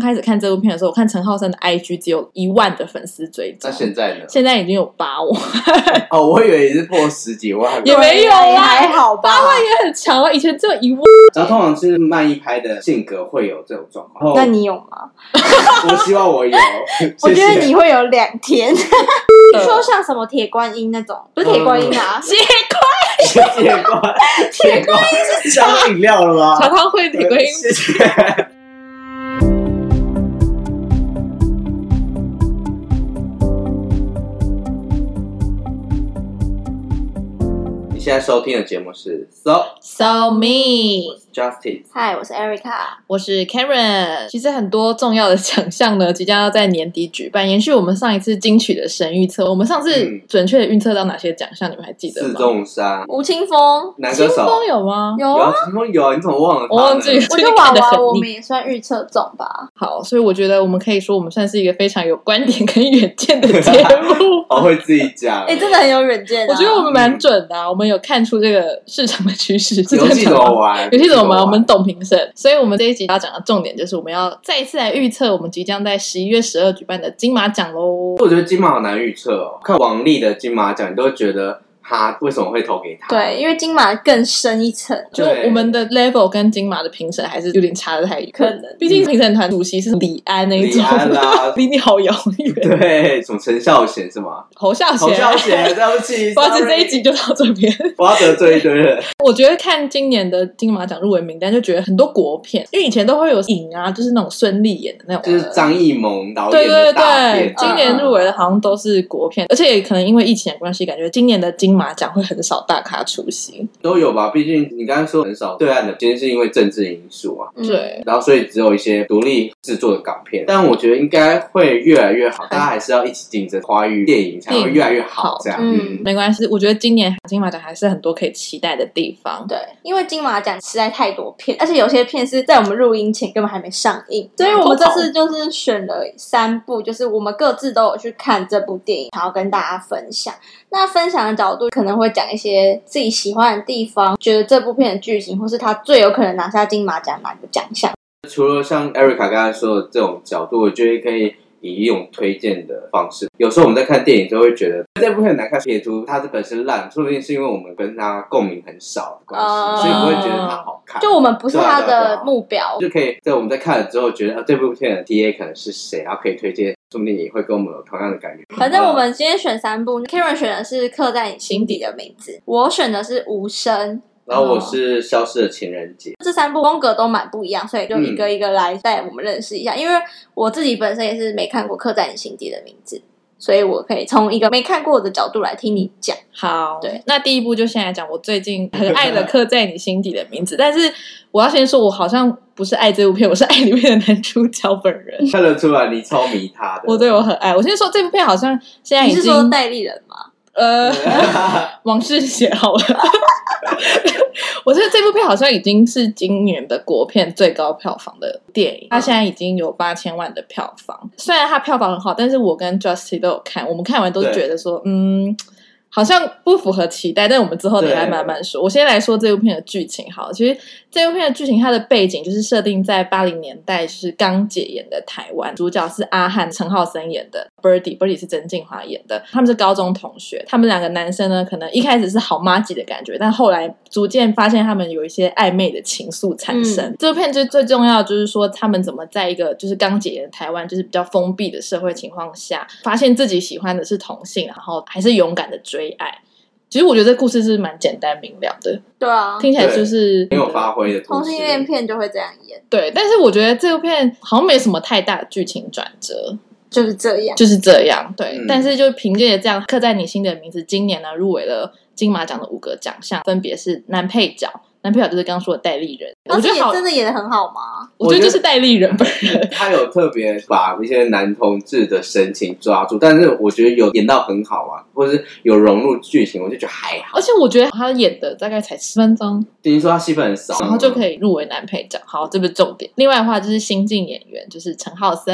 开始看这部片的时候，我看陈浩生的 IG 只有一万的粉丝追那踪，现在呢？现在已经有八万， 哦，我以为是破十几 万。也没有对啊还好吧。也很强啊了。以前只有一万，然后通常是慢一拍的性格会有这种状况。哦那你有吗？我希望 我有，我觉谢呃得谢你会有两天。说像什么铁观音那种，不是铁观音啊，嗯结谢谢关，铁观音是加饮料了吗？常 常会啊对铁观音谢谢。你现在收听的节目是 So So me， Justice，嗨，我是 Erica。我是 Karen。其实很多重要的奖项呢，即将要在年底举办，延续我们上一次金曲的神预测。我们上次嗯准确的预测到哪些奖项？你们还记得四吗？重山吴青峰男歌清手风有吗？有有啊，啊，秦风有啊，你怎么忘了他呢？。哦我忘记这我觉个得看娃得娃很我腻们也算预测中吧。好，所以我觉得我们可以说，我们算是一个非常有观点跟远见的节目 我哦会自己讲。哎，真的很有远见啊。我觉得我们蛮准的、啊，我们有看出这个市场的趋势。是 游这戏样怎讲吗么玩？游戏怎么玩？我们懂评审，所以我们这一集要讲的重点就是我们要再一次来预测我们即将在十一月十二举办的金马奖喽。我觉得金马好难预测哦。看王力的金马奖，你都会觉得他为什么会投给他？对，，因为金马更深一层，就对我们的 level 跟金马的评审还是有点差的太远，可能毕竟评审团主席是李安那一李种，安 啦，离你好遥远。 对，什么陈孝贤是吗？侯孝贤，侯孝贤，对不 起，不好意思， sorry 这一集就到这边。我要得罪一堆人。我觉得看今年的金马奖入围名单，就觉得很多国片，因为以前都会有影啊，就是那种孙俪演的那种，啊就是张艺谋导对演对的大对片，，啊嗯今年入围的好像都是国片，而且也可能因为疫情的关系，感觉今年的金马奖会很少大咖出席。都有吧？毕竟你刚刚说很少对岸的，其实是因为政治因素啊。嗯对，然后，所以只有一些独立制作的港片，但我觉得应该会越来越好，大家还是要一起竞争，华语电影才会越来越好，这样。电影嗯，没关系，我觉得今年金马奖还是很多可以期待的地方。对，因为金马奖实在太多片，而且有些片是在我们录音前根本还没上映，所以我们这次就是选了三部，就是我们各自都有去看这部电影，然后跟大家分享。那分享的角度可能会讲一些自己喜欢的地方，觉得这部片的剧情，或是它最有可能拿下金马奖哪个奖项。除了像 Erica 刚才说的这种角度，我觉得可以以一种推荐的方式。有时候我们在看电影都会觉得这部片很难看，撇除它的本身烂，说不定是因为我们跟它共鸣很少的关系，哦所以不会觉得它好看。就我们不是对啊它对啊对的啊目标，就可以在我们在看了之后，觉得啊，这部片的 TA 可能是谁，然后可以推荐，说不定也会跟我们有同样的感觉。反正我们今天选三部，Karen 选的是刻在你心底的名字，我选的是无声。然后我是消失的情人节，这三部风格都蛮不一样，所以就一个一个来带我们认识嗯一下。因为我自己本身也是没看过《刻在你心底的名字》，所以我可以从一个没看过的角度来听你讲。好，对，那第一步就先来讲我最近很爱的刻在你心底的名字，但是我要先说，我好像不是爱这部片，我是爱里面的男主角本嗯人。看得出来你超迷他的。我对我很爱，我先说这部片好像现在你已是经说戴立人吗？ 呃。王世写好了。 我觉得这部片好像已经是今年的国片最高票房的电嗯影，它现在已经有八千万的票房。虽然它票房很好，但是我跟 Justy 都有看，我们看完都对觉得说，嗯，好像不符合期待。但我们之后等一下对慢慢说。我先来说这部片的剧情好了，其实这部片的剧情它的背景就是设定在八零年代，是刚解严的台湾，主角是阿汉陈浩森演的，Birdy，Birdy 是曾静华演的，他们是高中同学，他们两个男生呢，可能一开始是好妈吉的感觉，但后来逐渐发现他们有一些暧昧的情愫产生。嗯这部片最最重要的就是说，他们怎么在一个就是刚解严的台湾，就是比较封闭的社会情况下，发现自己喜欢的是同性，然后还是勇敢的追爱。其实我觉得这故事是蛮简单明了的，对啊，听起来就是很有发挥的故事同性恋片就会这样演，对，但是我觉得这部片好像没什么太大的剧情转折，就是这样。就是这样。对，嗯但是就凭借着这样刻在你心底的名字，今年呢入围了金马奖的五个奖项，分别是男配角，男配角就是刚刚说的戴立人，我觉当时得好也，真的演的很好吗？我觉得就是戴立人本人。他有特别把一些男同志的神情抓住，但是我觉得有演到很好啊，或是有融入剧情，我就觉得还好。 而且我觉得他演的大概才十分钟，听说他戏份很少，然后就以。可以入围男配角。好，这不是重点。另外的话就是新晋演员，就是陈浩森，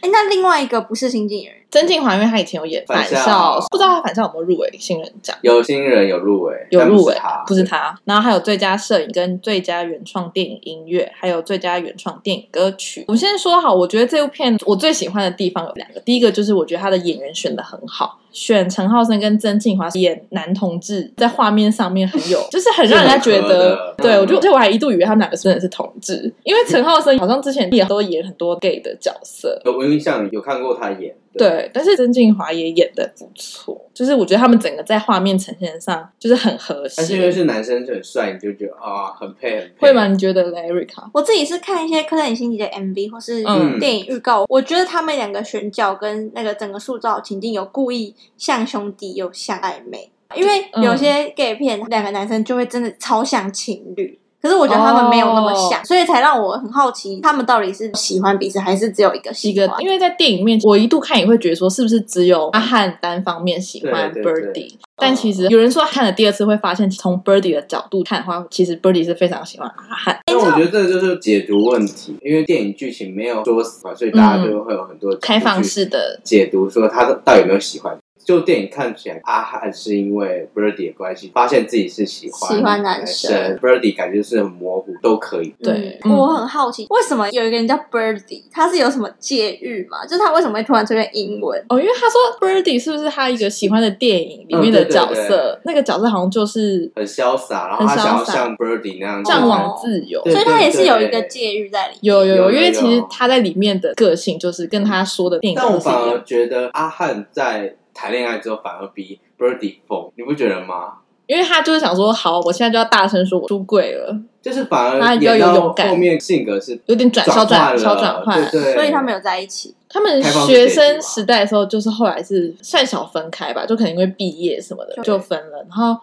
哎，那另外一个不是新进演员，曾静华，因为他以前有演返返校校，不知道他返校有没有入围新人奖。有新人有入围，有但入不是围他，不是他。然后还有最佳摄影跟最佳原创电影音乐，还有最佳原创电影歌曲。我们先说好，我觉得这部片我最喜欢的地方有两个，第一个就是我觉得他的演员选的很好，选陈浩森跟曾庆华演男同志，在画面上面很 有，就是很让人家觉是很合得的，对嗯我就而且我还一度以为他们两个真的是同志，因为陈浩森好像之前也都演很多 gay 的角色。有我印象有看过他演，对，但是曾静华也演的不错，就是我觉得他们整个在画面呈现上就是很合但是因适为。是男生就很帅，你就觉得啊、很配很配。会吗？？你觉得 Erica？我自己是看一些《科特·辛迪》的 MV 或是嗯电影预告，我觉得他们两个选角跟那个整个塑造情境有故意像兄弟又像暧昧，因为有些 gay 片两个男生就会真的超像情侣。可是我觉得他们没有那么像，所以才让我很好奇，他们到底是喜欢彼此，还是只有一个几喜个欢？，因为在电影面，我一度看也会觉得说，是不是只有阿汉单方面喜欢对对嗯 Birdy？对但其实有人说看了第二次会发现，从 Birdy 的角度看的话，其实 Birdy 是非常喜欢阿汉。但我觉得这就是解读问题，因为电影剧情没有说死嘛，所以大家就会有很多、嗯开放式的，解读，说他到底有没有喜欢。就电影看起来，阿汉是因为 Birdy 的关系，发现自己是喜欢喜欢男生生 b i r d y 感觉是很模糊，都可以。对嗯嗯我很好奇，为什么有一个人叫 Birdy，他是有什么界域嘛？就是他为什么会突然出现英文？哦，因为他说 Birdy 是不是他一个喜欢的电影里面的角嗯对对色？那个角色好像就是很潇洒，然后他很潇洒想要像 Birdy 那样子向哦往自由。对所以他也是有一对个对界域在里面。有有有，有因为有其实有他在里面的个性就是跟他说的电影但角我色反一样而，觉得阿汉在谈恋爱之后反而比 Birdy 疯，你不觉得吗？因为他就是想说，好，我现在就要大声说我出柜了，就是反他而比较演有到勇感后面性格是有点转小换转了，小转换，对对，所以他们有在一起。他们开放式学结局生嘛时代的时候，就是后来是算小分开吧，就可能因为毕业什么的对就分了。然后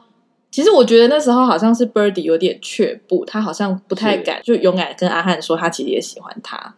其实我觉得那时候好像是 Birdy 有点却步，他好像不太是敢，就勇敢跟阿汉说他其实也喜欢他，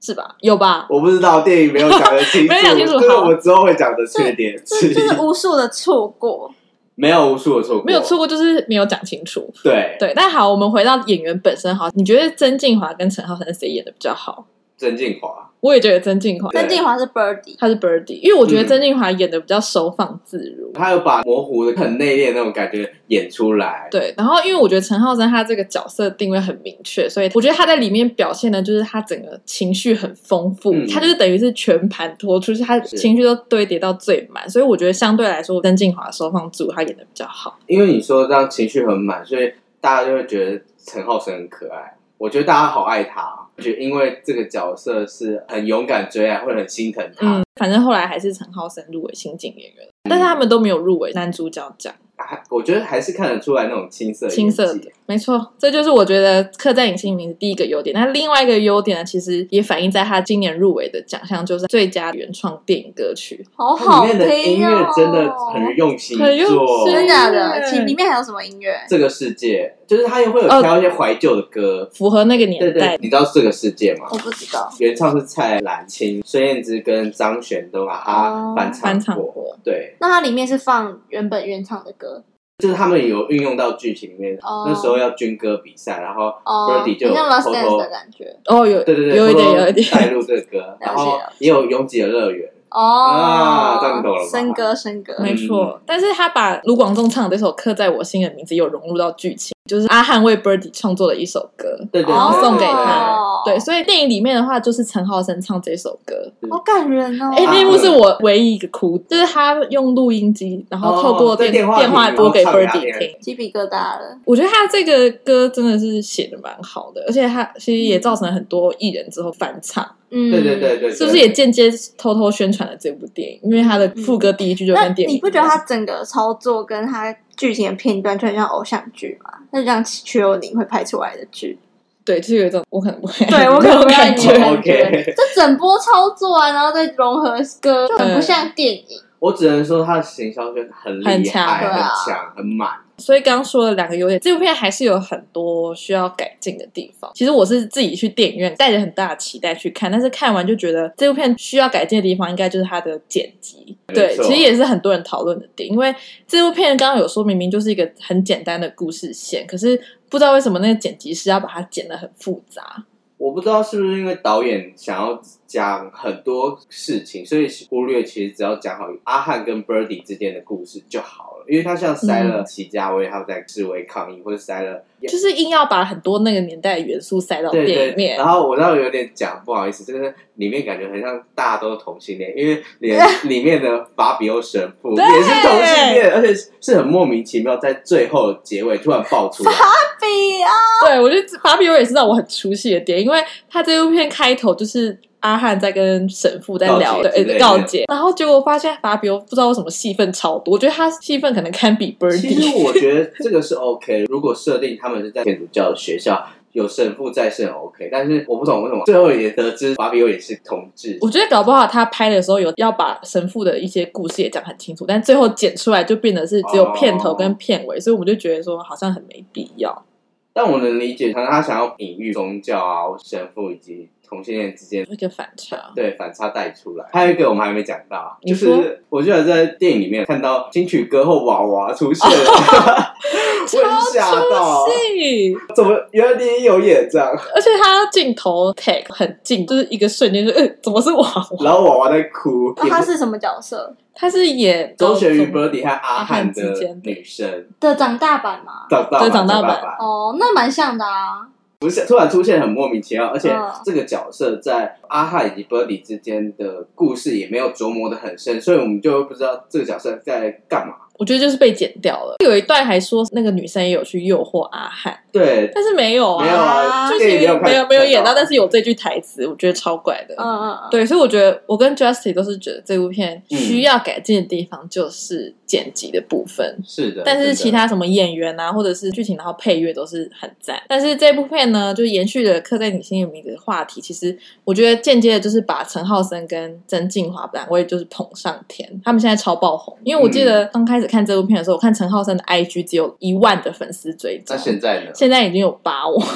是吧？有吧？我不知道电影没有讲的清 楚，没有讲清楚这是好我之后会讲的缺 点之这一 就。是无数的错过，没有无数的错过，没有错过，就是没有讲清楚。对，对，但好，我们回到演员本身好，你觉得曾静华跟陈浩森谁演的比较好？曾静华，我也觉得曾静华，对曾静华是 Birdy，他是 Birdy，因为我觉得嗯曾静华演的比较收放自如。他有把模糊的、很内敛的那种感觉演出来。对，然后因为我觉得陈浩森他这个角色定位很明确，所以我觉得他在里面表现的就是他整个情绪很丰富，嗯他就是等于是全盘托出，就是他是情绪都堆叠到最满，所以我觉得相对来说，曾静华收放自如，他演的比较好。因为你说这样情绪很满，所以大家就会觉得陈浩生很可爱。我觉得大家好爱他，我觉得因为这个角色是很勇敢追爱，会很心疼他。嗯，反正后来还是陈浩森入围新晋演员，嗯但是他们都没有入围男主角奖，还我觉得还是看得出来那种青涩演技青涩的，没错，这就是我觉得《刻在你心里》的第一个优点。那另外一个优点呢，其实也反映在他今年入围的奖项，就是最佳原创电影歌曲。好它好里面听的音乐哦，真的很用心很用做，心真真的的假耶的？其实里面还有什么音乐？这个世界，就是他也会哦有挑一些怀旧的歌。符合那个年代对对，你知道这个世界吗我？不知道。原唱是蔡澜清、孙燕姿跟张悬都把它哦翻唱翻唱过。过。对，那它里面是放原本原唱的歌就是他们有运用到剧情里面。哦那时候要军歌比赛，然后哦，很 Birdy 就像 Lost 偷 Dance 偷的感觉哦，有对对对，有一点偷偷有一点。带入这个歌，然后了也有拥挤的乐园，哦啊。这样懂了吧生歌生歌，没嗯错，但是他把卢广仲唱的这首《刻在我心的名字》有融入到剧情，就是阿汉为 Birdy 创作的一首歌，对对然后对，送给他。哦对，所以电影里面的话就是陈浩森唱这首歌。好感人哦。哎，那一边幕是我唯一一个哭，就是他用录音机，然后透过哦在电电话电话亭拨给然后唱给 Birdy 他听。鸡皮疙瘩了。我觉得他这个歌真的是写的蛮好的，而且他其实也造成很多艺人之后翻唱，嗯，对对对对，是不是也间接偷偷宣传了这部电影？因为他的副歌第一句就那跟电影一样，你不觉得它整个操作跟它剧情的片段就很像偶像剧吗？那就像曲友宁会拍出来的剧，对，就是有一种我可能不会， 对我可能不会爱你这种感觉对 OK？这整波操作啊，然后再融合歌，就很不像电影。我只能说他的行销圈很厉害、很强对啊很强、很满。所以刚刚说了两个优点，这部片还是有很多需要改进的地方。其实我是自己去电影院带着很大的期待去看，但是看完就觉得这部片需要改进的地方，应该就是它的剪辑。对，没错其实也是很多人讨论的点，因为这部片刚刚有说，明明就是一个很简单的故事线，可是不知道为什么那个剪辑师要把它剪得很复杂。我不知道是不是因为导演想要讲很多事情，所以忽略其实只要讲好阿汉跟 Birdy 之间的故事就好了，因为他像塞嗯了齐家威他们在示威抗议，或者塞了就是硬要把很多那个年代的元素塞到对电对影面。然后我那有点讲不好意思，就是里面感觉很像大家都是同性恋，因为 连里面的法比欧神父对也是同性恋，而且是很莫名其妙，在最后的结尾突然爆出来。比啊， 对，我觉得芭比我也是让我很出戏的点，因为他这部片开头就是阿汉在跟神父在聊的告解之类的呃告解，然后结果发现芭比我不知道为什么戏份超多，我觉得他戏份可能堪比其实 Birdy。我觉得这个是 OK，如 果设定他们是在天主教的学校。有神父在是很 OK，但是我不懂为什么最后也得知法比欧也是同志，我觉得搞不好他拍的时候有要把神父的一些故事也讲很清楚，但最后剪出来就变得是只有片头跟片尾，所以我们就觉得说好像很没必要。但我能理解，可能他想要隐喻宗教啊、神父以及同性恋之间一个反差。对反差带出来。还有一个我们还没讲到，你就说是我居然在电影里面看到金曲歌后娃娃出 现了， 我也是吓到，哦戏，怎么原来你也有演这样？而且他镜头 take 很近，就是一个瞬间就，呃，怎么是我？然后娃娃在哭，那他是什么角色他是演周璇与中 Birdy 和阿汉的阿汉之间的女生，的长大版吗？长大对版长大大版版，哦，那蛮像的啊。不是突然出现很莫名其妙，而且嗯这个角色在阿汉以及 Birdy 之间的故事也没有琢磨的很深，所以我们就不知道这个角色在干嘛。我觉得就是被剪掉了。有一段还说那个女生也有去诱惑阿汉，对，但是没有啊，没有啊，就是电影没有看没有演到，但是是有这句台词，我觉得超怪的。嗯嗯嗯，对，所以我觉得我跟 Justy 都是觉得这部片嗯需要改进的地方就是剪辑的部分，是的，但真是的其他什么演员啊，或者是剧情，然后配乐都是很赞。但是这部片呢，就延续了刻在你心里面的话题。其实我觉得间接的就是把陈浩森跟曾静华两位就是捧上天，他们现在超爆红。因为我记嗯得刚开始看这部片的时候，我看陈浩森的 IG 只有一万的粉丝追踪那，现在呢？现在已经有八万，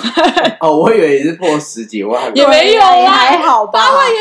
哦，我以为也是破十几万，也没有对啊还好吧。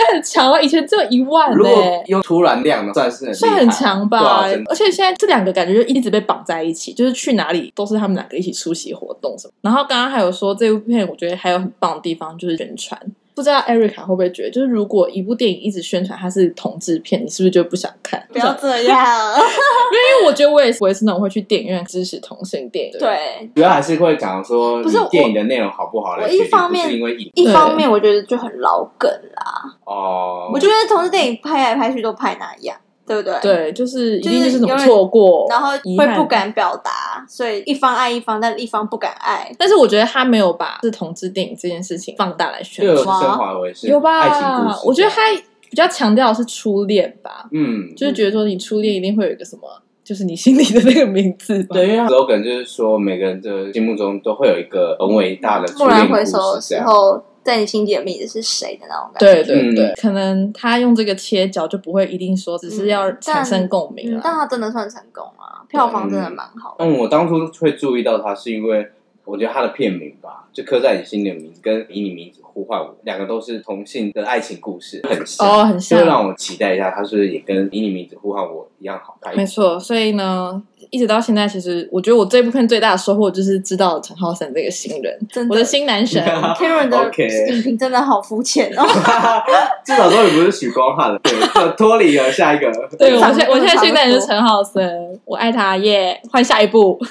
也很强了。以前只有一万如呢、果用突然量的，算是很厉害算很强吧对啊真，的而且现在这两个感觉就一直被绑在一起，就是去哪里都是他们两个一起出席活动什么。然后刚刚还有说这部片，我觉得还有很棒的地方就是宣传。不知道 Erica 会不会觉得，就是如果一部电影一直宣传它是同志片，你是不是就不想看？不要这 样，因为我觉得我也是，我也是那种会去电影院支持同性电影的人。对，主要还是会讲说，不是你电影的内容好不好来我决定一方面不是因为影一方面我觉得就很老梗啦。哦，我觉得同志电影拍来拍去都拍那样，对不对？。对，就是一定就是是怎么永远错过，然后遗憾会不敢表达，所以一方爱一方，但一方不敢爱。但是我觉得他没有把是同志电影这件事情放大来宣就有传，升华为是有吧？爱情故事，我觉得他比较强调的是初恋吧，嗯，就是觉得说你初恋一定会有一个什么，就是你心里的那个名字吧。对，因为 slogan 就是说每个人的心目中都会有一个很伟大的初嗯蓦恋然故回事首的这时样。候，在你心底的名字是谁的那种感 对觉。对嗯对，可能他用这个切角就不会一定说只是要产生共鸣啊嗯，了。但他真的算成功啊，票房真的蛮好的。嗯，我当初会注意到他，是因为我觉得他的片名吧，就刻在你心里的名字跟以你名字呼唤我，两个都是同性的爱情故事，很像，哦，很就会像，让我期待一下，他是不是也跟以你名字呼唤我一样好拍？没 错。所以呢，一直到现在，其实我觉得我这部片最大的收获就是知道陈浩森这个新人，真我的的新男 神。 Karen 的 OK 影评真的好肤浅 哦，至少终于不是许光汉了，对，就脱离了下一个。对，我长现在我现在长新男得是多陈浩森，我爱他耶！换下一部。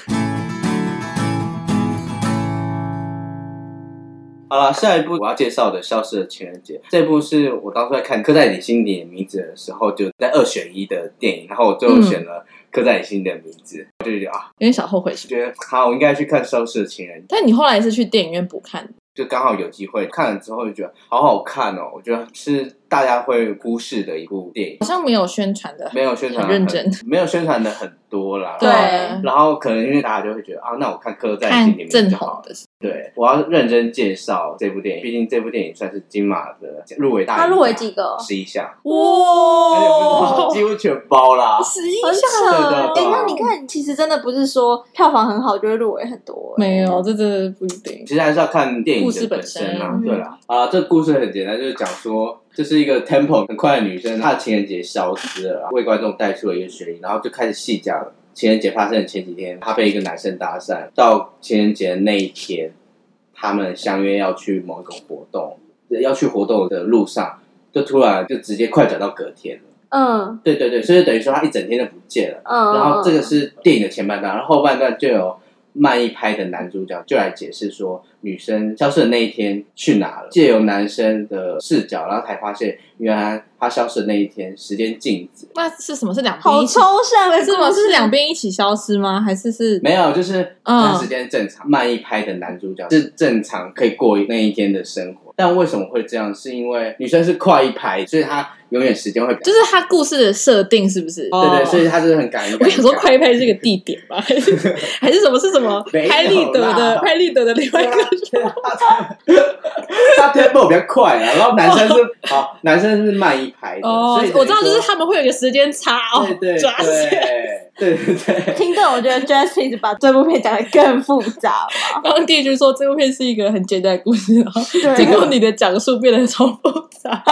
好了，下一部我要介绍的《消失的情人节》，这部是我当初在看《刻在你心底的名字》的时候，就在二选一的电影，然后我最后嗯选了《刻在你心底的名字》我就觉得啊，有点小后悔是吧？觉得好，我应该去看《消失的情人节》。但你后来是去电影院补看的，就刚好有机会看了之后就觉得好好看哦，我觉得是大家会忽视的一部电影，好像没有宣传的。没有宣传很认真，没有宣传的很多啦。对啊然后然后可能因为大家就会觉得啊，那我看《刻在你看心底的名正字》就好红了。的是对，我要认真介绍这部电影，毕竟这部电影算是金马的入围大他奖，入围几个？哦十一项，而且哇不是几乎全包啦。十一很项对扯对哎对，那你看，其实真的不是说票房很好就会入围很多，欸没有，这真的不一定。其实还是要看电影故事的本本身身啊嗯，对啦，啊，这故事很简单，就是讲说，这是一个 tempo 很快的女生，她的情人节消失了，为观众带出了一个悬疑，然后就开始细讲情人节发生的前几天，她被一个男生搭讪，到情人节那一天，他们相约要去某一个活动，要去活动的路上，就突然就直接快转到隔天了。嗯对对对，所以就等于说他一整天都不见了。嗯，然后这个是电影的前半段，然后后半段就有慢一拍的男主角就来解释说，女生消失的那一天去哪了，借由男生的视角，然后才发现原来他消失的那一天时间静止，那是什么？是两边好一起？抽象的故事是吗？是两边一起消失吗？还是是？没有，就是嗯那时间正常，慢一拍的男主角是正常可以过那一天的生活。但为什么会这样？是因为女生是快一拍，所以她永远时间会比较就是他故事的设定是不是？对对，所以以她就是很感恩。我想说，感快恩拍是一个地点 吧，还是还是什么是什么？没有拍立得的啦拍立得的另外一个对啊他 tempo 比较快啊，然后男生是好，男生是慢一拍的，哦所以，我知道，就是他们会有一个时间差哦，对对抓起来 对对对对，听众，我觉得 Jesse 一直把这部片讲的更复 杂，刚刚地区说这部片是一个很简单的故事，然后对经过你的讲述变得超复杂。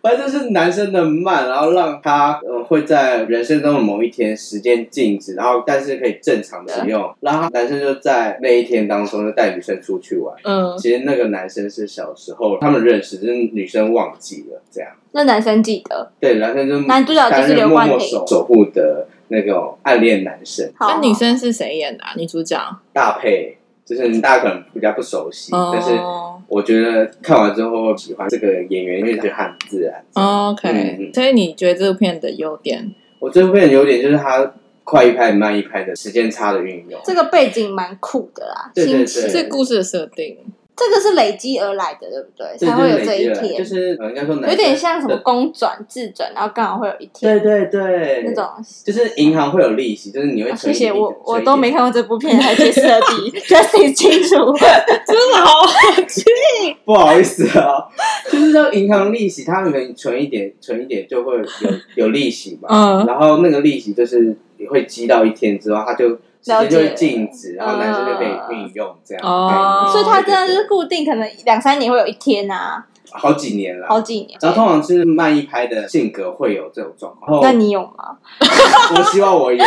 反正就是男生的慢，然后让他呃会在人生中的某一天时间静止，然后但是可以正常的使用，然后男生就在那一天当中就带女生出去玩。嗯，其实那个男生是小时候他们认识，就是女生忘记了这样。那男生记得。对，男生就男主角就是刘默冠默廷守守护的那种暗恋男生好那女生是谁演的、啊？女主角？大配，就是大家可能比较不熟悉，但是哦我觉得看完之后喜欢这个演员，因为觉得他很自然。哦，OK、嗯嗯所以你觉得这部片的优点？我这部片有点就是他快一拍慢一拍的时间差的运用，这个背景蛮酷的啦，对对新奇对这故事的设定，这个是累积而来的，对不对？对才会有这累积一了就天，是呃应该说男生有点像什么的，公转自转，然后刚好会有一对天对对，那种。就是银行会有利息，就是你会啊存谢一谢点、我，我存一都点没看过这部片， 还解释了 题，Jesse 清楚。哦真的哦好不好意思啊， 就是说银行利息，他们可能存一点，存一点就会有有利息嘛。嗯然后那个利息就是会积到一天之后，它就时了间解就会静止，然后男生就可以运用这样。哦所以他真的对是对固定，可能两三年会有一天啊，对好几年了。好几年。然后通常是慢一拍的性格会有这种状况。哦那你有吗？我希望 我有，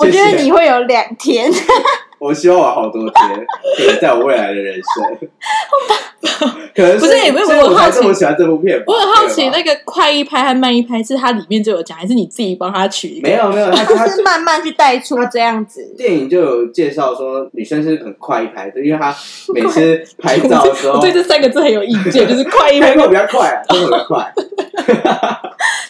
我觉谢得谢你，会有两天，我希望我好多天，可能在我未来的人 生。可能不是也不是所以我我才好奇这么喜欢这部片吧。我很好奇，对吧啊那个快一拍和慢一拍是它里面就有讲，还是你自己帮他取一个？没有没有，他 就他是慢慢去带出这样子。电影就有介绍说，女生是很快一拍的，因 为她每次拍照的时候我对这三个字很有意见， 就是快一拍拍照比较快、啊，拍照比较 快。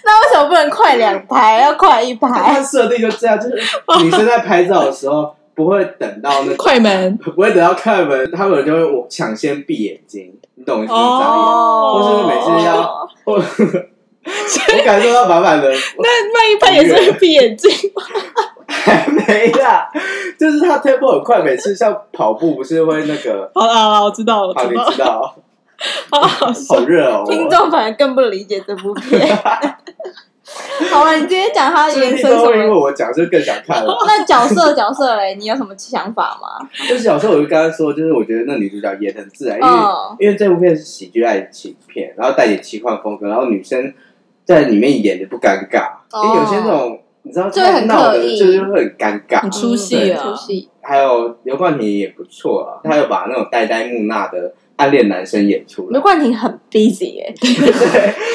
那为什么不能快两拍，要快一它 拍？设定就这样，就是女生在拍照的时候不会等到那快门 不会等到开门，他们就会抢先闭眼睛，你懂我意思吗？哦或是每次要，我 我感受到满满那的慢一拍也是会闭眼睛， 还没啦， 就是他 tempo 很快，每次像跑步不是会那个，好啦好啦，我知道，我好知你道，知道，好好笑好。热哦，我 听众反而更不理解这 部片。好啊了，你今天讲他所以延听伸众会什因为么？我讲就更想看了。 那角色角色嘞，你有什么想法吗？就是小时候我就跟他说，就是我觉得那女主角也很自然，因为、嗯因为这部片是喜剧爱情片，然后带点奇幻风格，然后女生在里面演的不尴尬，哦因为有些那种你知道就会很太闹的刻意就是会很尴很尬。出戏啊嗯对出戏。还有刘冠廷也不错啊，他有把那种呆呆木讷的暗恋男生演出刘来，冠廷很 busy 耶、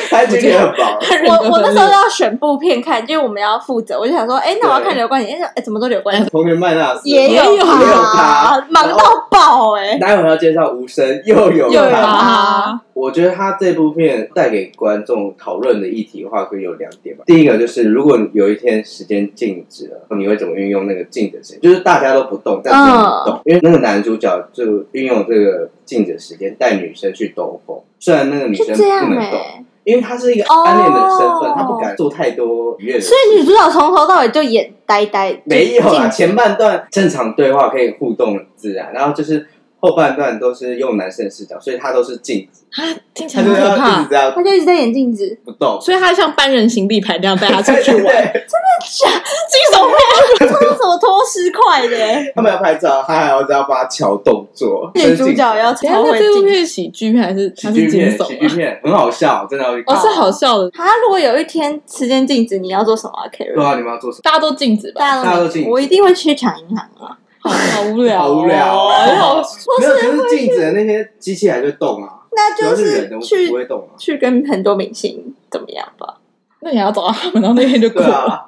他今天很棒。他人格 我我那分时候裂要选部片看，因为我们要负责，我就想说，哎、那我要对看刘冠廷，哎、哎怎么都刘冠廷，同学麦纳斯 也有有啊他也有他忙到爆哎、待会儿要介绍无声，又有又有他他，我觉得他这部片带给观众讨论的议题的话，可以有两点吧。第一个就是，如果有一天时间静止了，你会怎么运用那个静止时间？就是大家都不动，嗯但是你动，因为那个男主角就运用这个静止时间带女生去兜风。虽然那 个女生是这样不能哎、动，因为她是一个暗恋的身份，她不敢做太多愉悦的事哦所。以女主角从头到尾就演呆呆，没有啦，啊，前半段正常对话可以互动很自然，然后就是后半段都是用男生的视角，所以他都是静止，啊，听起他来就很可要一直怕。这样她就一直在演 镜子，不动。所以他像搬人行李牌那样带他出去 对玩，对对，惊悚片。她怎么拖尸块 的、欸？他们要拍照，他还要这样帮他瞧动作。女主角要 等一下，超那会这部镜片子。是喜剧片还是它喜是剧惊片，悚喜剧啊？片很好笑，真的要去哦，看。是好笑的，她如果有一天时间静止，你要做什么啊对，Carry？啊，你们要做什么？ 大家都禁止吧？大大家家都都静止我一定会去抢银行啊！好好无聊，好无聊哦哎好没有，可是镜子的那些机器还是会动啊，那主要就是人的去不会动啊。去跟很多明星怎么样吧？那你还要找到他们，然后那天就过 对了。啊，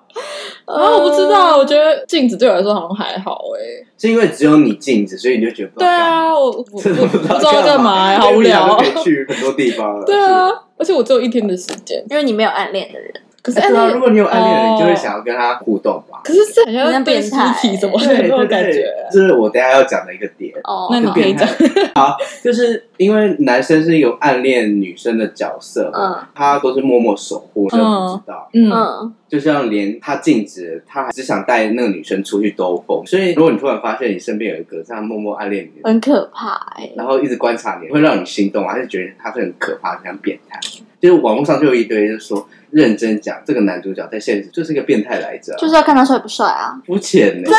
啊，我不知道，我觉得镜子对我来说好像还好哎。是因为只有你镜子，所以你就觉得不知对道干嘛啊， 我我我不真的不知知道道干嘛 哎，好无聊因哦为。你就可以去很多地方 了。对是啊，而且我只有一天的时间。因为你没有暗恋的人，可是不是。哎对啊，如果你有暗恋的人，哦你就会想要跟他互动 吧。可是这好好像像对变尸态体什么对那对种对，感觉。这是我等一下要讲的一个点。哦，那你可以讲，好，就是因为男生是有暗恋女生的角色，嗯他都是默默守护，所以我不知道。嗯，嗯，就像连他禁止，他还只想带那个女生出去兜风。所以，如果你突然发现你身边有一个这样默默暗恋你的，很可怕哎、然后一直观察你，会让你心动，还是觉得他是很可怕、很像变态？就是网络上就有一堆，就是说认真讲，这个男主角在现实就是个变态来着啊，就是要看他帅不帅啊，肤浅呢。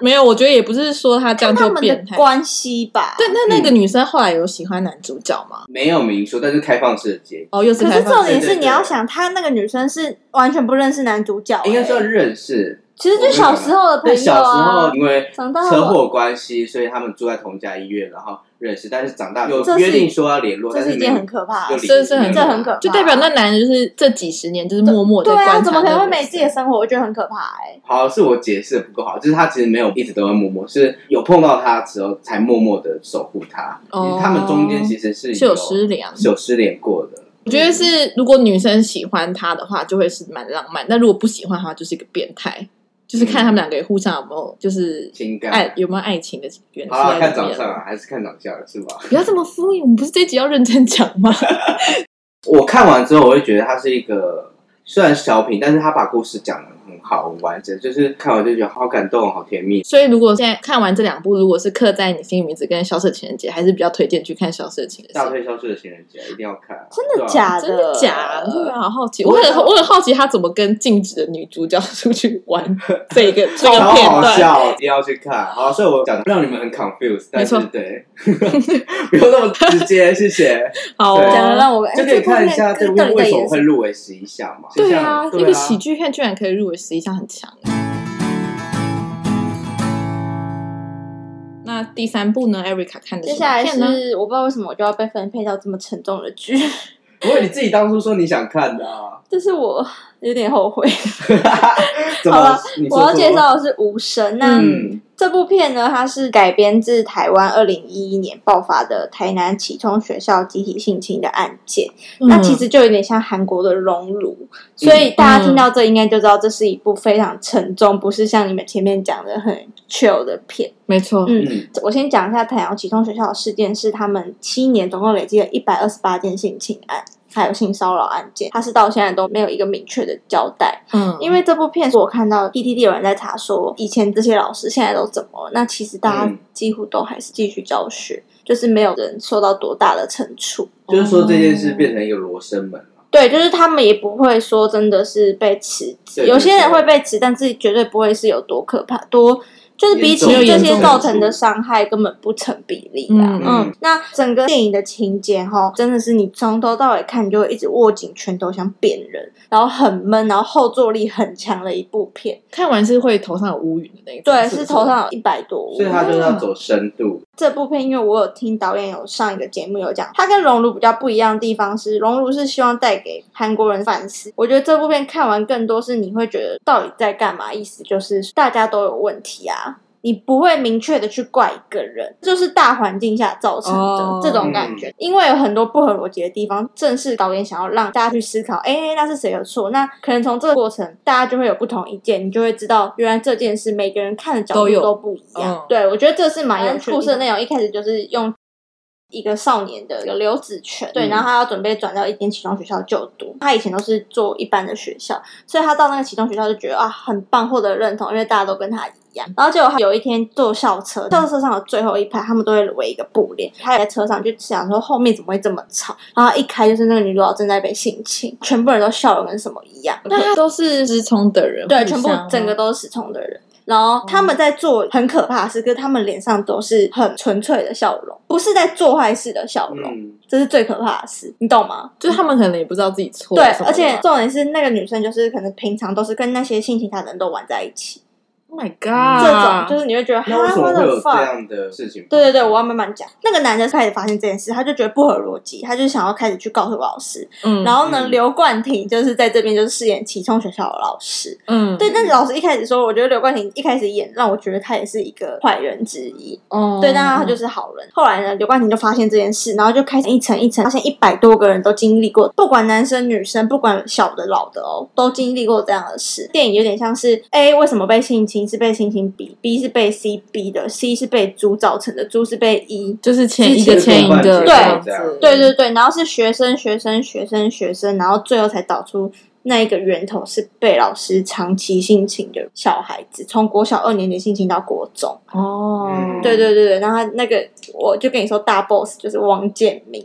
没有，我觉得也不是说他这样他就们变的态。关系吧。对，那那个女生后来有喜欢男主角吗？没有明说，但是开放式的结哦，又是可开是放重式对点对是，对你要想，他那个女生是完全不认识男主角、欸，应该说认识。其实就小时候的朋但友小时啊候，因为长大车后祸关系，所以他们住在同一家医院，然后认识，但是长大有这是约定说要联络，这但是是一没件很有。可怕就的离事，这是很这很可怕，就代表那男人就是这几十年就是默默在对观察啊，那个人。怎么可能会每次也生活？我觉得很可怕哎、好，是我解释的不够好，就是他其实没有一直都在默默，是有碰到他之后才默默的守护他。哦他们中间其实是嗯是有失联？是有失联过的。我觉得是，如果女生喜欢他的话，就会是蛮浪漫；但如果不喜欢他，就是一个变态。就是看他们两个互相有没有就是情感爱有没有爱情的元素嗯好啦在看里长面相啊，还是看长相是吧？不要这么敷衍，我们不是这集要认真讲吗？ 我看完之后，我会觉得他是一个虽然小品，但是他把故事讲的很好，很完整，就是看完就觉得好感动，好甜蜜。所以如果现在看完这两部，如果是刻在你心里名字跟《小舍情人节》，还是比较推荐去看《小舍情人节大》。推消失的情人节一定要看啊、真的对啊假真的假？对的？啊，好好奇，我我也很我很好奇他怎么跟静止的女主角出去玩 这个这超个片好段。笑，一定要去看。好，所以我讲的让你们很 confused，但是没错对， 不用那么直接，谢谢。好对讲的哦，让我哎就可以看一下这这部部片为什么跟会入围十一项嘛？对啊啊，，一个喜剧片居然可以入围十一项，很强。那第三部呢？Erica 看的接是下哪来片呢？是我不知道为什么我就要被分配到这么沉重的剧，不过你自己当初说你想看的、啊，这是我有点后悔。 怎好么了？你说我要介说，绍的是《无声》，那、嗯，这部片呢，它是改编自台湾二零一一年爆发的台南启聪学校集体性侵的案件。嗯嗯那其实就有点像韩国的《熔炉》，所以大家听到这应该就知道这是一部非常沉重，不是像你们前面讲的很 chill 的片。没错，嗯嗯，我先讲一下台阳启聪学校的事件，是他们七年总共累积了一百二十八件性侵案，还有性骚扰案件，它是到现在都没有一个明确的交代。嗯，因为这部片，我看到 PTT 有人在查说，以前这些老师现在都怎么了？那其实大家嗯几乎都还是继续教学，就是没有人受到多大的惩处。就是说这件事变成一个罗生门了，对，就是他们也不会说真的是被辞职，对有些人会被辞，但是绝对不会是有多可怕，多就是比起严重这严些重造成的伤害根本不成比例啦。嗯嗯嗯那整个电影的情节哈，真的是你从头到尾看，你就会一直握紧拳头想扁人，然后很闷，然后后坐力很强的一部片。看完是会头上有乌云的那一种。对，不是头上有一百多屋所以。他就是要走深度，这部片，因为我有听导演有上一个节目有讲，它跟《熔炉》比较不一样的地方是，《熔炉》是希望带给韩国人反思。我觉得这部片看完更多是你会觉得到底在干嘛，意思就是大家都有问题啊。你不会明确的去怪一个人，就是大环境下造成的、哦这种感觉，因为有很多不合逻辑的地方，正是导演想要让大家去思考，哎，那是谁的错？那可能从这个过程，大家就会有不同意见，你就会知道，原来这件事每个人看的角都度有都不一样。嗯对，我觉得这是蛮有趣的地方。故故事事内容一开始就是用一个少年的有刘子权，对，嗯然后他要准备转到一间启聪学校就读。他以前都是做一般的学校，所以他到那个启聪学校就觉得啊很棒，获得认同，因为大家都跟他一样。然后结果他有一天坐校车，校车上的最后一排，他们都会围一个布帘。他也在车上就想说后面怎么会这么吵，然后一开就是那个女主角正在被性侵，全部人都笑得跟什么一样。那他都是失聪的人，对，互全部相整个都是失聪的人。然哦后他们在做很可怕的事，可是他们脸上都是很纯粹的笑容，不是在做坏事的笑容，嗯，这是最可怕的事，你懂吗？就是他们可能也不知道自己错对了什么，的啊。而且重点是那个女生就是可能平常都是跟那些性情她的人都玩在一起， Oh my 这种 god！就是你会觉得，啊那为哈，什我么会有的这 fuck。样的事情？对对对，我要慢慢讲。那个男的开始发现这件事，他就觉得不合逻辑，他就想要开始去告诉老师。嗯，然后呢，嗯刘冠廷就是在这边就是饰演启聪学校的老师。嗯，对，但是老师一开始说，我觉得刘冠廷一开始演让我觉得他也是一个坏人之一。哦，对，但他就是是好人。后来呢，刘冠廷就发现这件事，然后就开始一层一层发现一百多个人都经历过，不管男生女生，不管小的老的哦，都经历过这样的事。电影有点像是 A 为什么被性侵是被性侵 B，B 是被 C 逼的，C 是被猪造成的，猪是被 E。就是前一个之前前一个对这样子这样对对对，然后是学生学生学生学生，然后最后才导出那一个源头是被老师长期性侵的小孩子，从国小二年级性侵到国中。哦，嗯对对对对，然后他那个我就跟你说，大 boss 就是王建民，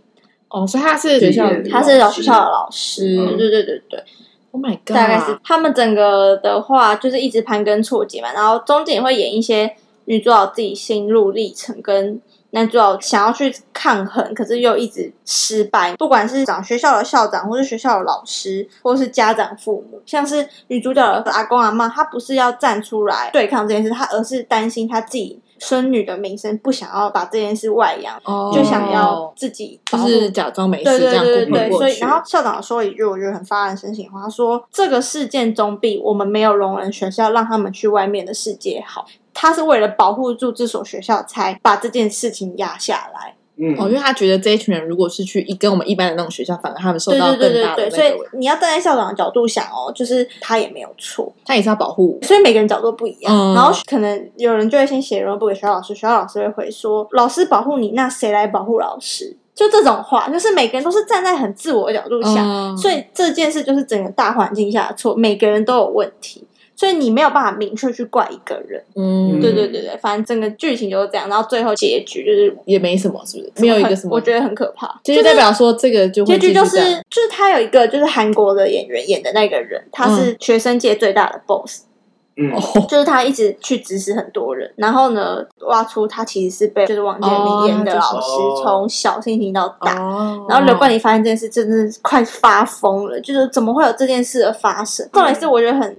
哦，所以他是学校里他是嗯老学校的老师，嗯对对对对， ，Oh my god！大概是他们整个的话就是一直盘根错节嘛，然后中间也会演一些女主角自己心路历程跟。男主角想要去抗衡，可是又一直失败。不管是长学校的校长，或是学校的老师，或是家长、父母，像是女主角的阿公阿妈，他不是要站出来对抗这件事，他而是担心他自己孙女的名声，不想要把这件事外扬，哦，就想要自己保就护是假装没对事这对样对过对过对，过所以去然。后校长说一句我觉得很发人深省的话，他说这个事件中必我们没有容忍学校让他们去外面的世界好，他是为了保护住这所学校才把这件事情压下来。嗯，哦，因为他觉得这一群人如果是去一跟我们一般的那种学校，反而他们受对到对更对大的对对，那所个，以你要站在校长的角度想哦，就是他也没有错，他也是要保护。所以每个人角度不一样。嗯然后可能有人就会先写人不给学校老师，学校老师会回说老师保护你，那谁来保护老师？就这种话，就是每个人都是站在很自我的角度想。嗯所以这件事就是整个大环境下的错，每个人都有问题，所以你没有办法明确去怪一个人。嗯，对对对对，反正整个剧情就是这样，然后最后结局就是也没什么，是不是？没有一个什么，我觉得很可怕。其实代表说这个就会结局就继续是这 样就是他有一个就是韩国的演员演的那个人，他是嗯学生界最大的 boss，、嗯哦就是他一直去指使很多人，然后呢挖出他其实是被就是王健哦林演的他就老是师、哦从小性侵到大，哦，然后刘冠霖发现这件事，真的是快发疯了，就是怎么会有这件事的发生？重点嗯是我觉得很。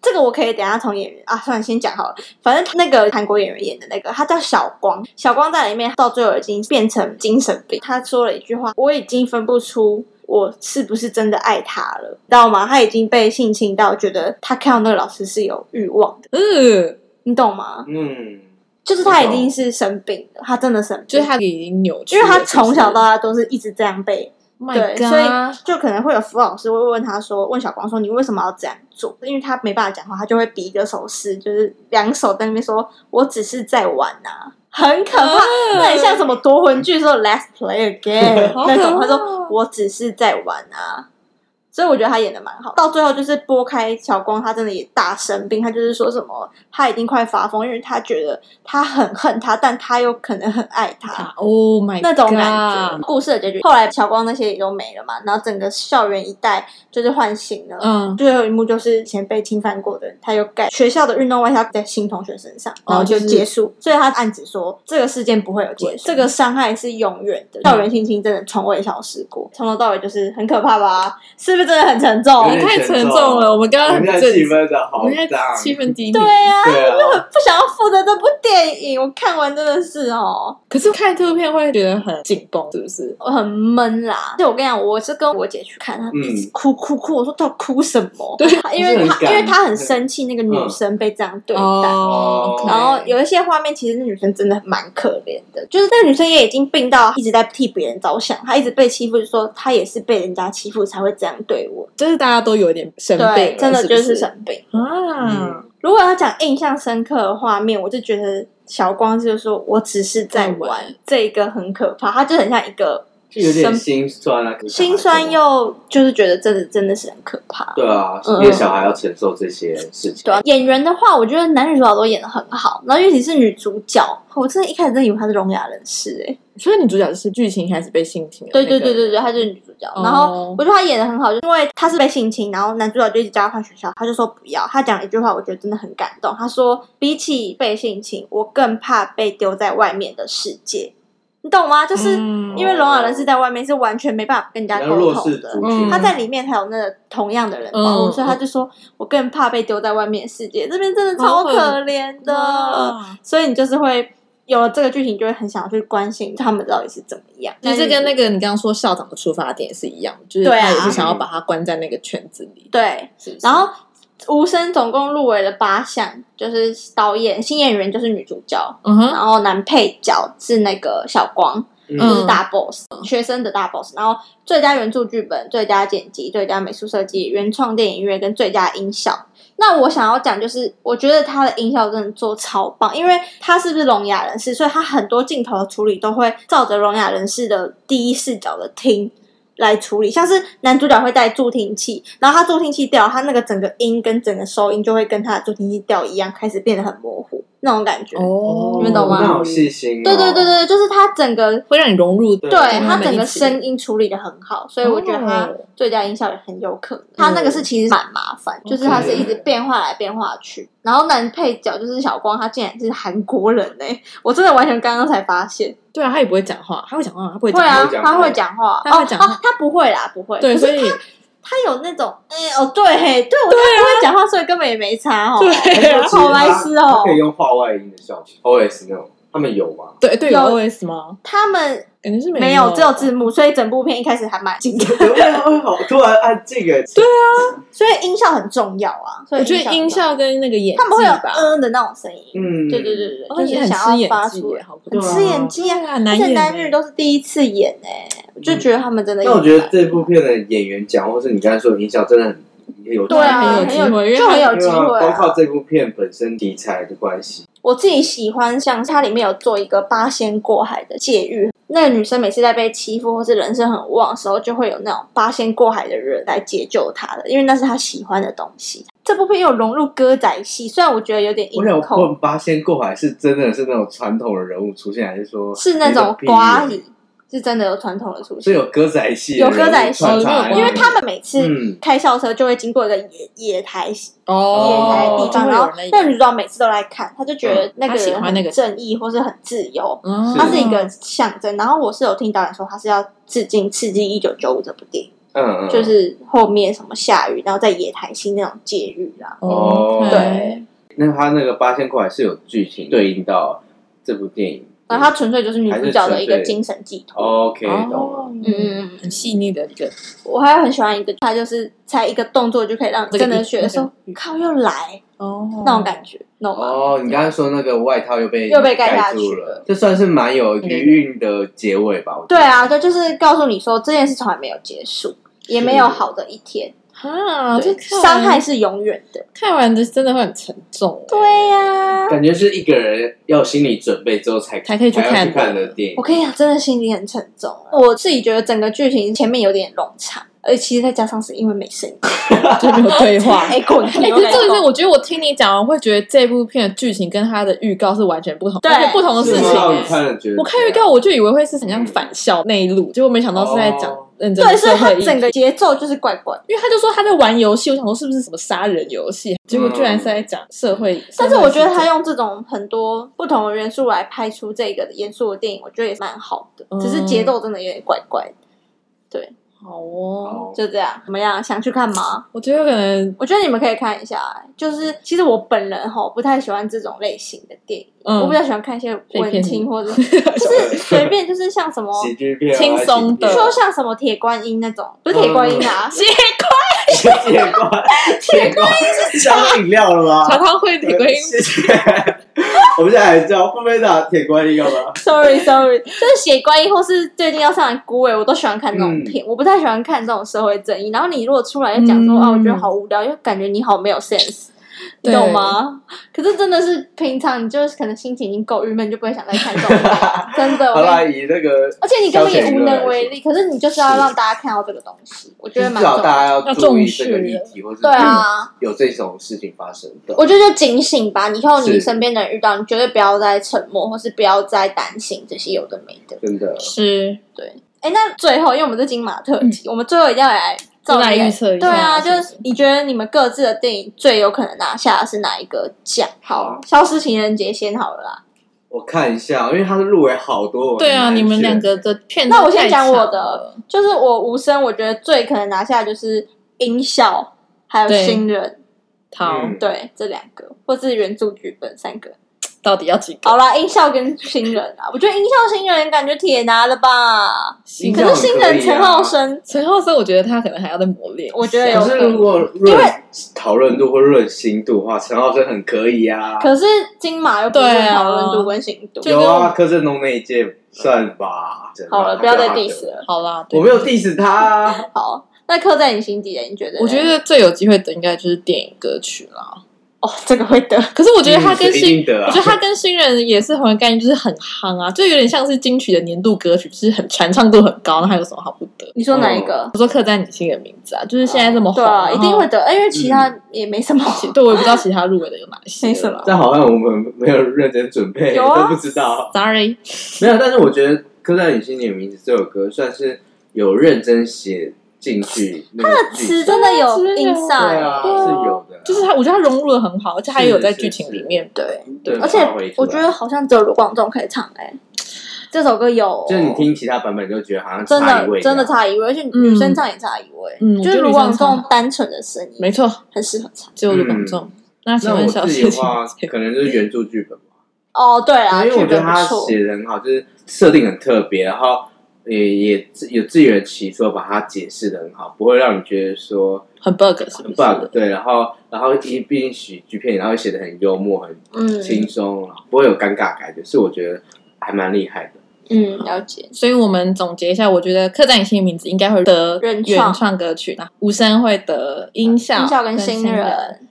这个我可以等一下从演员啊，算了，先讲好了。反正那个韩国演员演的那个，他叫小光，小光在里面到最后已经变成精神病。他说了一句话：“我已经分不出我是不是真的爱他了，知道吗？”他已经被性侵到，觉得他看到那个老师是有欲望的，嗯，你懂吗？嗯，就是他已经是生病了，他真的生病，就是他已经扭曲因了，，Oh 为他从小到大大都是一直这样被对，所以就可能会有辅导老师会问他说，问小光说你为什么要这样做？因为他没办法讲话，他就会比一个手势，就是两手在那边说，我只是在玩呐、很可哦怕。那很像什么夺魂剧说 Let's play again 好可怕哦那种，他说我只是在玩啊。所以我觉得他演的蛮好，到最后就是拨开小光，他真的也大生病，他就是说什么他已经快发疯，因为他觉得他很恨他，但他又可能很爱他。 ，Oh my 那种感 God 觉。故事的结局，后来乔光那些也都没了嘛，然后整个校园一带就是唤醒了。嗯，最后一幕就是以前被侵犯过的人，他又盖学校的运动外套在新同学身上，哦然后就就是结束。所以他暗指说，这个事件不会有结束，这个伤害是永远嗯的。校园性侵真的从未消失过，从头到尾就是很可怕吧？是不是真的很沉重？有你点哦太沉重了，我们刚刚我很们现在震气惊，氛的我好们现在大，气氛低迷。对啊，对啊，不想要负责这部电影，我看完真的是哦，可是看特片会觉得很紧绷，是不是？我很闷啦。就我跟你讲，我是跟我姐去看，她一直哭哭哭，我说她哭什么？嗯对她因为就是她很因感为她很生气，那个女生被这样对待。嗯哦对，OK，然后有一些画面，其实那女生真的蛮可怜的，就是那个女生也已经病到一直在替别人着想，她一直被欺负，就说她也是被人家欺负才会这样对我。就是大家都有一点生病对，了，真的是不就是是生病。啊，嗯如果要讲印象深刻的画面，我就觉得小光就是说我只是在在玩玩，这一个很可怕，它就很像一个就有生点心酸啊，可是 心酸又就是觉得真的真的是很可怕。对啊嗯，一个小孩要承受这些事情，对啊，演员的话，我觉得男女主角都演的很好，然后尤其是女主角，我真的一开始真的以为她是聋哑人士哎、欸所以女主角就是剧情开始被性侵了，对对对对对，她就是女主角。然后哦我觉得她演的很好，就是因为她是被性侵，然后男主角就一直叫她换学校，她就说不要。她讲了一句话，我觉得真的很感动。她说：“比起被性侵，我更怕被丢在外面的世界。”你懂吗？就是嗯因为聋哑人士在外面是完全没办法跟人家比较沟弱通势的，族嗯群，他在里面还有那个同样的人包嗯所以他就说：“我更怕被丢在外面的世界，这边真的超好可可怜的。啊所以你就是会有了这个剧情，就会很想要去关心他们到底是怎么样。其实跟那个你刚刚说校长的出发点是一样的，就是对啊他也是想要把他关在那个圈子里。对，是不是然后无声总共入围了八项，就是导演、新演员就是女主角，嗯哼，然后男配角是那个小光，就嗯嗯是大 boss，、学生的大 boss。然后最佳原著剧本、最佳剪辑、最佳美术设计、原创电影音乐跟最佳音效。那我想要讲就是，我觉得他的音效真的做超棒，因为他是不是聋哑人士，所以他很多镜头的处理都会照着聋哑人士的第一视角的听来处理，像是男主角会带助听器，然后他助听器掉，他那个整个音跟整个收音就会跟他的助听器掉一样，开始变得很模糊那种感觉。哦你们懂吗那好细心哦，对对对对，就是他整个会让你融入对对他他们整一个起声音处理的很好，所以我觉得他哦最佳音效也很有可能。他那个是其实蛮麻烦，就是他是一直变化来变化去。然后男配角就是小光，他竟然是韩国人呢、 我真的完全刚刚才发现。对啊，他也不会讲话，他会讲话，他不会会讲话。啊，讲话他会讲话，他会讲话哦哦，他不会啦，不会。对，啊可是所以他有那种，哎、哦，对嘿，对啊我就不会讲话，所以根本也没差哦。对啊其实好白他痴哦他可以用话外音的效果，OS 那种，他们有吗？对对有有 OS 吗？他们感觉是没有有，，只有字幕，所以整部片一开始还蛮紧张， 哎，好，突然按这个，对啊，所以音效很重要啊。所以我觉得音很重要，效跟那个演技他们会有吧，嗯的那种声音。嗯，对对对对，哦，就也是很想吃要演发技出耶，来，好对不很啊吃演技啊，啊，而男且演嗯男耶女都是第一次演哎，我就觉得他们真的但演出我觉来，得这部片的演员奖，或是你刚才说的音效，真的很有对啊，很有很机会因为就他很有因为机会光靠啊。这部片本身题材的关系，我自己喜欢像它里面有做一个八仙过海的界域，那个女生每次在被欺负或是人生很旺的时候，就会有那种八仙过海的人来解救她的，因为那是她喜欢的东西。这部片有融入歌仔戏，虽然我觉得有点我想硬问扣，八仙过海是真的是那种传统的人物出现，还是说是那种瓜瓜？姨，是真的有传统的出是现。有歌仔戏，有歌仔戏穿哦插因为他们每次嗯，开校车就会经过一个野野台哦就会有人来演演野台的地方，然后那个女主角每次都来看，她就觉得那个她喜人欢那个很正义或是很自由，哦它是一个象征。然后我是有听导演说，他是要致敬《刺激一九九五》这部电影，嗯嗯，就是后面什么下雨，然后在野台戏那种啊界域啦。哦，哦对，那他那个八仙过海是有剧情对应到这部电影。然后它纯粹就是女主角的一个精神寄托。 OK，懂了。哦，嗯嗯嗯，很细腻的一个，我还很喜欢一个，他就是才一个动作就可以让真的觉得说这个靠又来哦，那种感觉，懂吗？哦，你刚才说那个外套又被又被盖下盖去住了了，这算是蛮有余韵的结尾吧？我觉对得，啊，这就是告诉你说这件事从来没有结束，也没有好的一天，觉啊，这对看伤害完是永远的。看完的真的会很沉重，对呀、感觉是一个人要有心理准备之后才才可以去去看的看的电影我。跟你讲，真的心里很沉重啊。我自己觉得整个剧情前面有点冗长，而其实再加上是因为没声音，就没有对话。 哎，滚！哎，哎可是这个是我觉得我听你讲完，会觉得这部片的剧情跟它的预告是完全不同，对而且不同的事是情吗你欸。看了觉得我看预告，我就以为会是很像返校内陆，结果没想到是在讲哦认真 对，的所社以它会议题整个节奏就是怪怪的。因为他就说他在玩游戏，我想说是不是什么杀人游戏，结果居然是在讲社会。嗯但是我觉得他要用这种很多不同的元素来拍出这个严肃的电影，我觉得也蛮好的，只是节奏真的有点怪怪的。好哦，哦就这样，怎么样？想去看吗？我觉得可能我觉得你们可以看一下、啊就是其实我本人哈不太喜欢这种类型的电影，嗯我比较喜欢看一些文废片青 或者就是随便就是像什么，喜剧片啊轻松的就像什么铁观音那种，不是铁观音嗯啊，结喜剧片铁观铁观 是讲饮料了 吗？常常会归谢谢。 我们现在还叫布菲达铁观音要吗？ Sorry Sorry，就是 血观音或是最近要上来孤尾，我都喜欢看那嗯种片。我不太喜欢看这种社会正义。然后你如果出来又讲说、嗯啊，我觉得好无聊，又感觉你好没有 sense，你对懂吗？可是真的是平常你就是可能心情已经够郁闷，你就不会想再看这种东西。 真的，我好跟你啦，以那个而且你根本也无能为力。可是你就是要让大家看到这个东西，我觉就得是蛮至重少要的。大家要注意这个议题，或是对啊，有这种事情发生的。我觉得就警醒吧，以后你是身边的人遇到，你绝对不要再沉默，或是不要再担心这些有的没的。真的，是哎，那最后，因为我们是金马特辑，我们最后一定要来照就嗯来理预测一对下啊，是不就是是你觉得你们各自的电影最有可能拿下的是哪一个奖？好消失情人节先好了啦。我看一下，因为它是入围好多。我对啊，很难你们选嗯两个的片，那我先讲我的，，就是我无声，我觉得最可能拿下就是音效，还有对新人，好，嗯对这两个，或是原著剧本三个。到底要几个？好啦，音效跟新人啊，我觉得音效新人感觉铁拿了吧，新可人是新人啊陈浩生，陈浩生，我觉得他可能还要再磨练一下。我觉得有可是如果论讨论度或论新度的话，陈浩生很可以啊。可是金马又不对是啊讨论度跟行度。就有啊，柯震东那一届算吧。好了，不要再 diss 了。了。好啦，对我没有 diss 他啊，好，那刻在你心底的，你觉得呢？我觉得最有机会的应该就是电影歌曲啦。哦，这个会得。可是我觉得他跟嗯是一新，定的啊我觉得他跟新人也是同一个概念，就是很夯啊，就有点像是金曲的年度歌曲，就是很传唱度很高，那还有什么好不得？你说哪一个？我说刻在你心里的名字啊，就是现在这么红，对啊，然后一定会。哦得，因为其他嗯也没什么。对，我也不知道其他入围的有哪些。没什么但好像我们没有认真准备，有啊 都不知道。 Sorry，没有，但是我觉得《刻在你心里的名字》这首歌算是有认真写进去那个剧词情，真的有真的有对 inside，啊，对啊是有的啊，就是他，我觉得他融入的很好，而且他也有在剧情里面。对，对，而且发挥出我来觉得好像只有卢广仲可以唱哎、这首歌有，就是你听其他版本就觉得好像哦真差一的味真的道差一位，而且女生唱也差一位，嗯就是卢广仲单纯的声音没错，很适合唱。只有卢广仲。那请嗯那问我小自己谢的请话， 讲可能就是原著剧本吧，哦，对啊，因为剧我觉得本不他错，写的很好，就是设定很特别，然后也也自有自圆其说，把它解释的很好，不会让你觉得说 很 bug 是不很是？ bug。对，然后然后一毕竟喜剧片，然后写的很幽默，很嗯轻松，然后不会有尴尬感觉，是我觉得还蛮厉害的。嗯，了解。所以我们总结一下，我觉得《刻在你心里的名字》应该会得原创原创歌曲，那无声会得音效、音效跟新新人，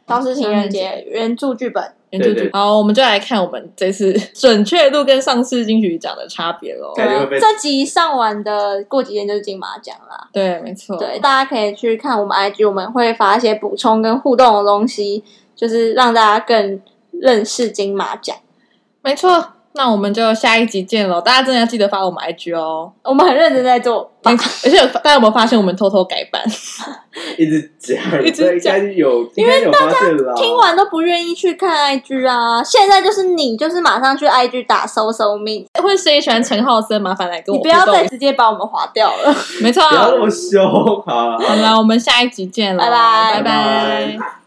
当时情人节原著剧本，原著对剧对。好，我们就来看我们这次准确度跟上次金曲奖的差别喽。对感觉会被这集上完的过几天就是金马奖啦。对，没错。对，大家可以去看我们 IG，我们会发一些补充跟互动的东西，就是让大家更认识金马奖。没错。那我们就下一集见喽！大家真的要记得发我们 IG 哦。我们很认真在做，没错而且有大家有没有发现我们偷偷改版？一直讲，一直讲应该有，因为大家听完都不愿意去哦看 IG 啊！现在就是你，就是马上去 IG 打搜搜命，或者谁喜欢陈浩森，麻烦来跟你我不要互动再直接把我们划掉了。没错。不要那么凶，好了，好啊好了了，我们下一集见了，拜拜拜拜。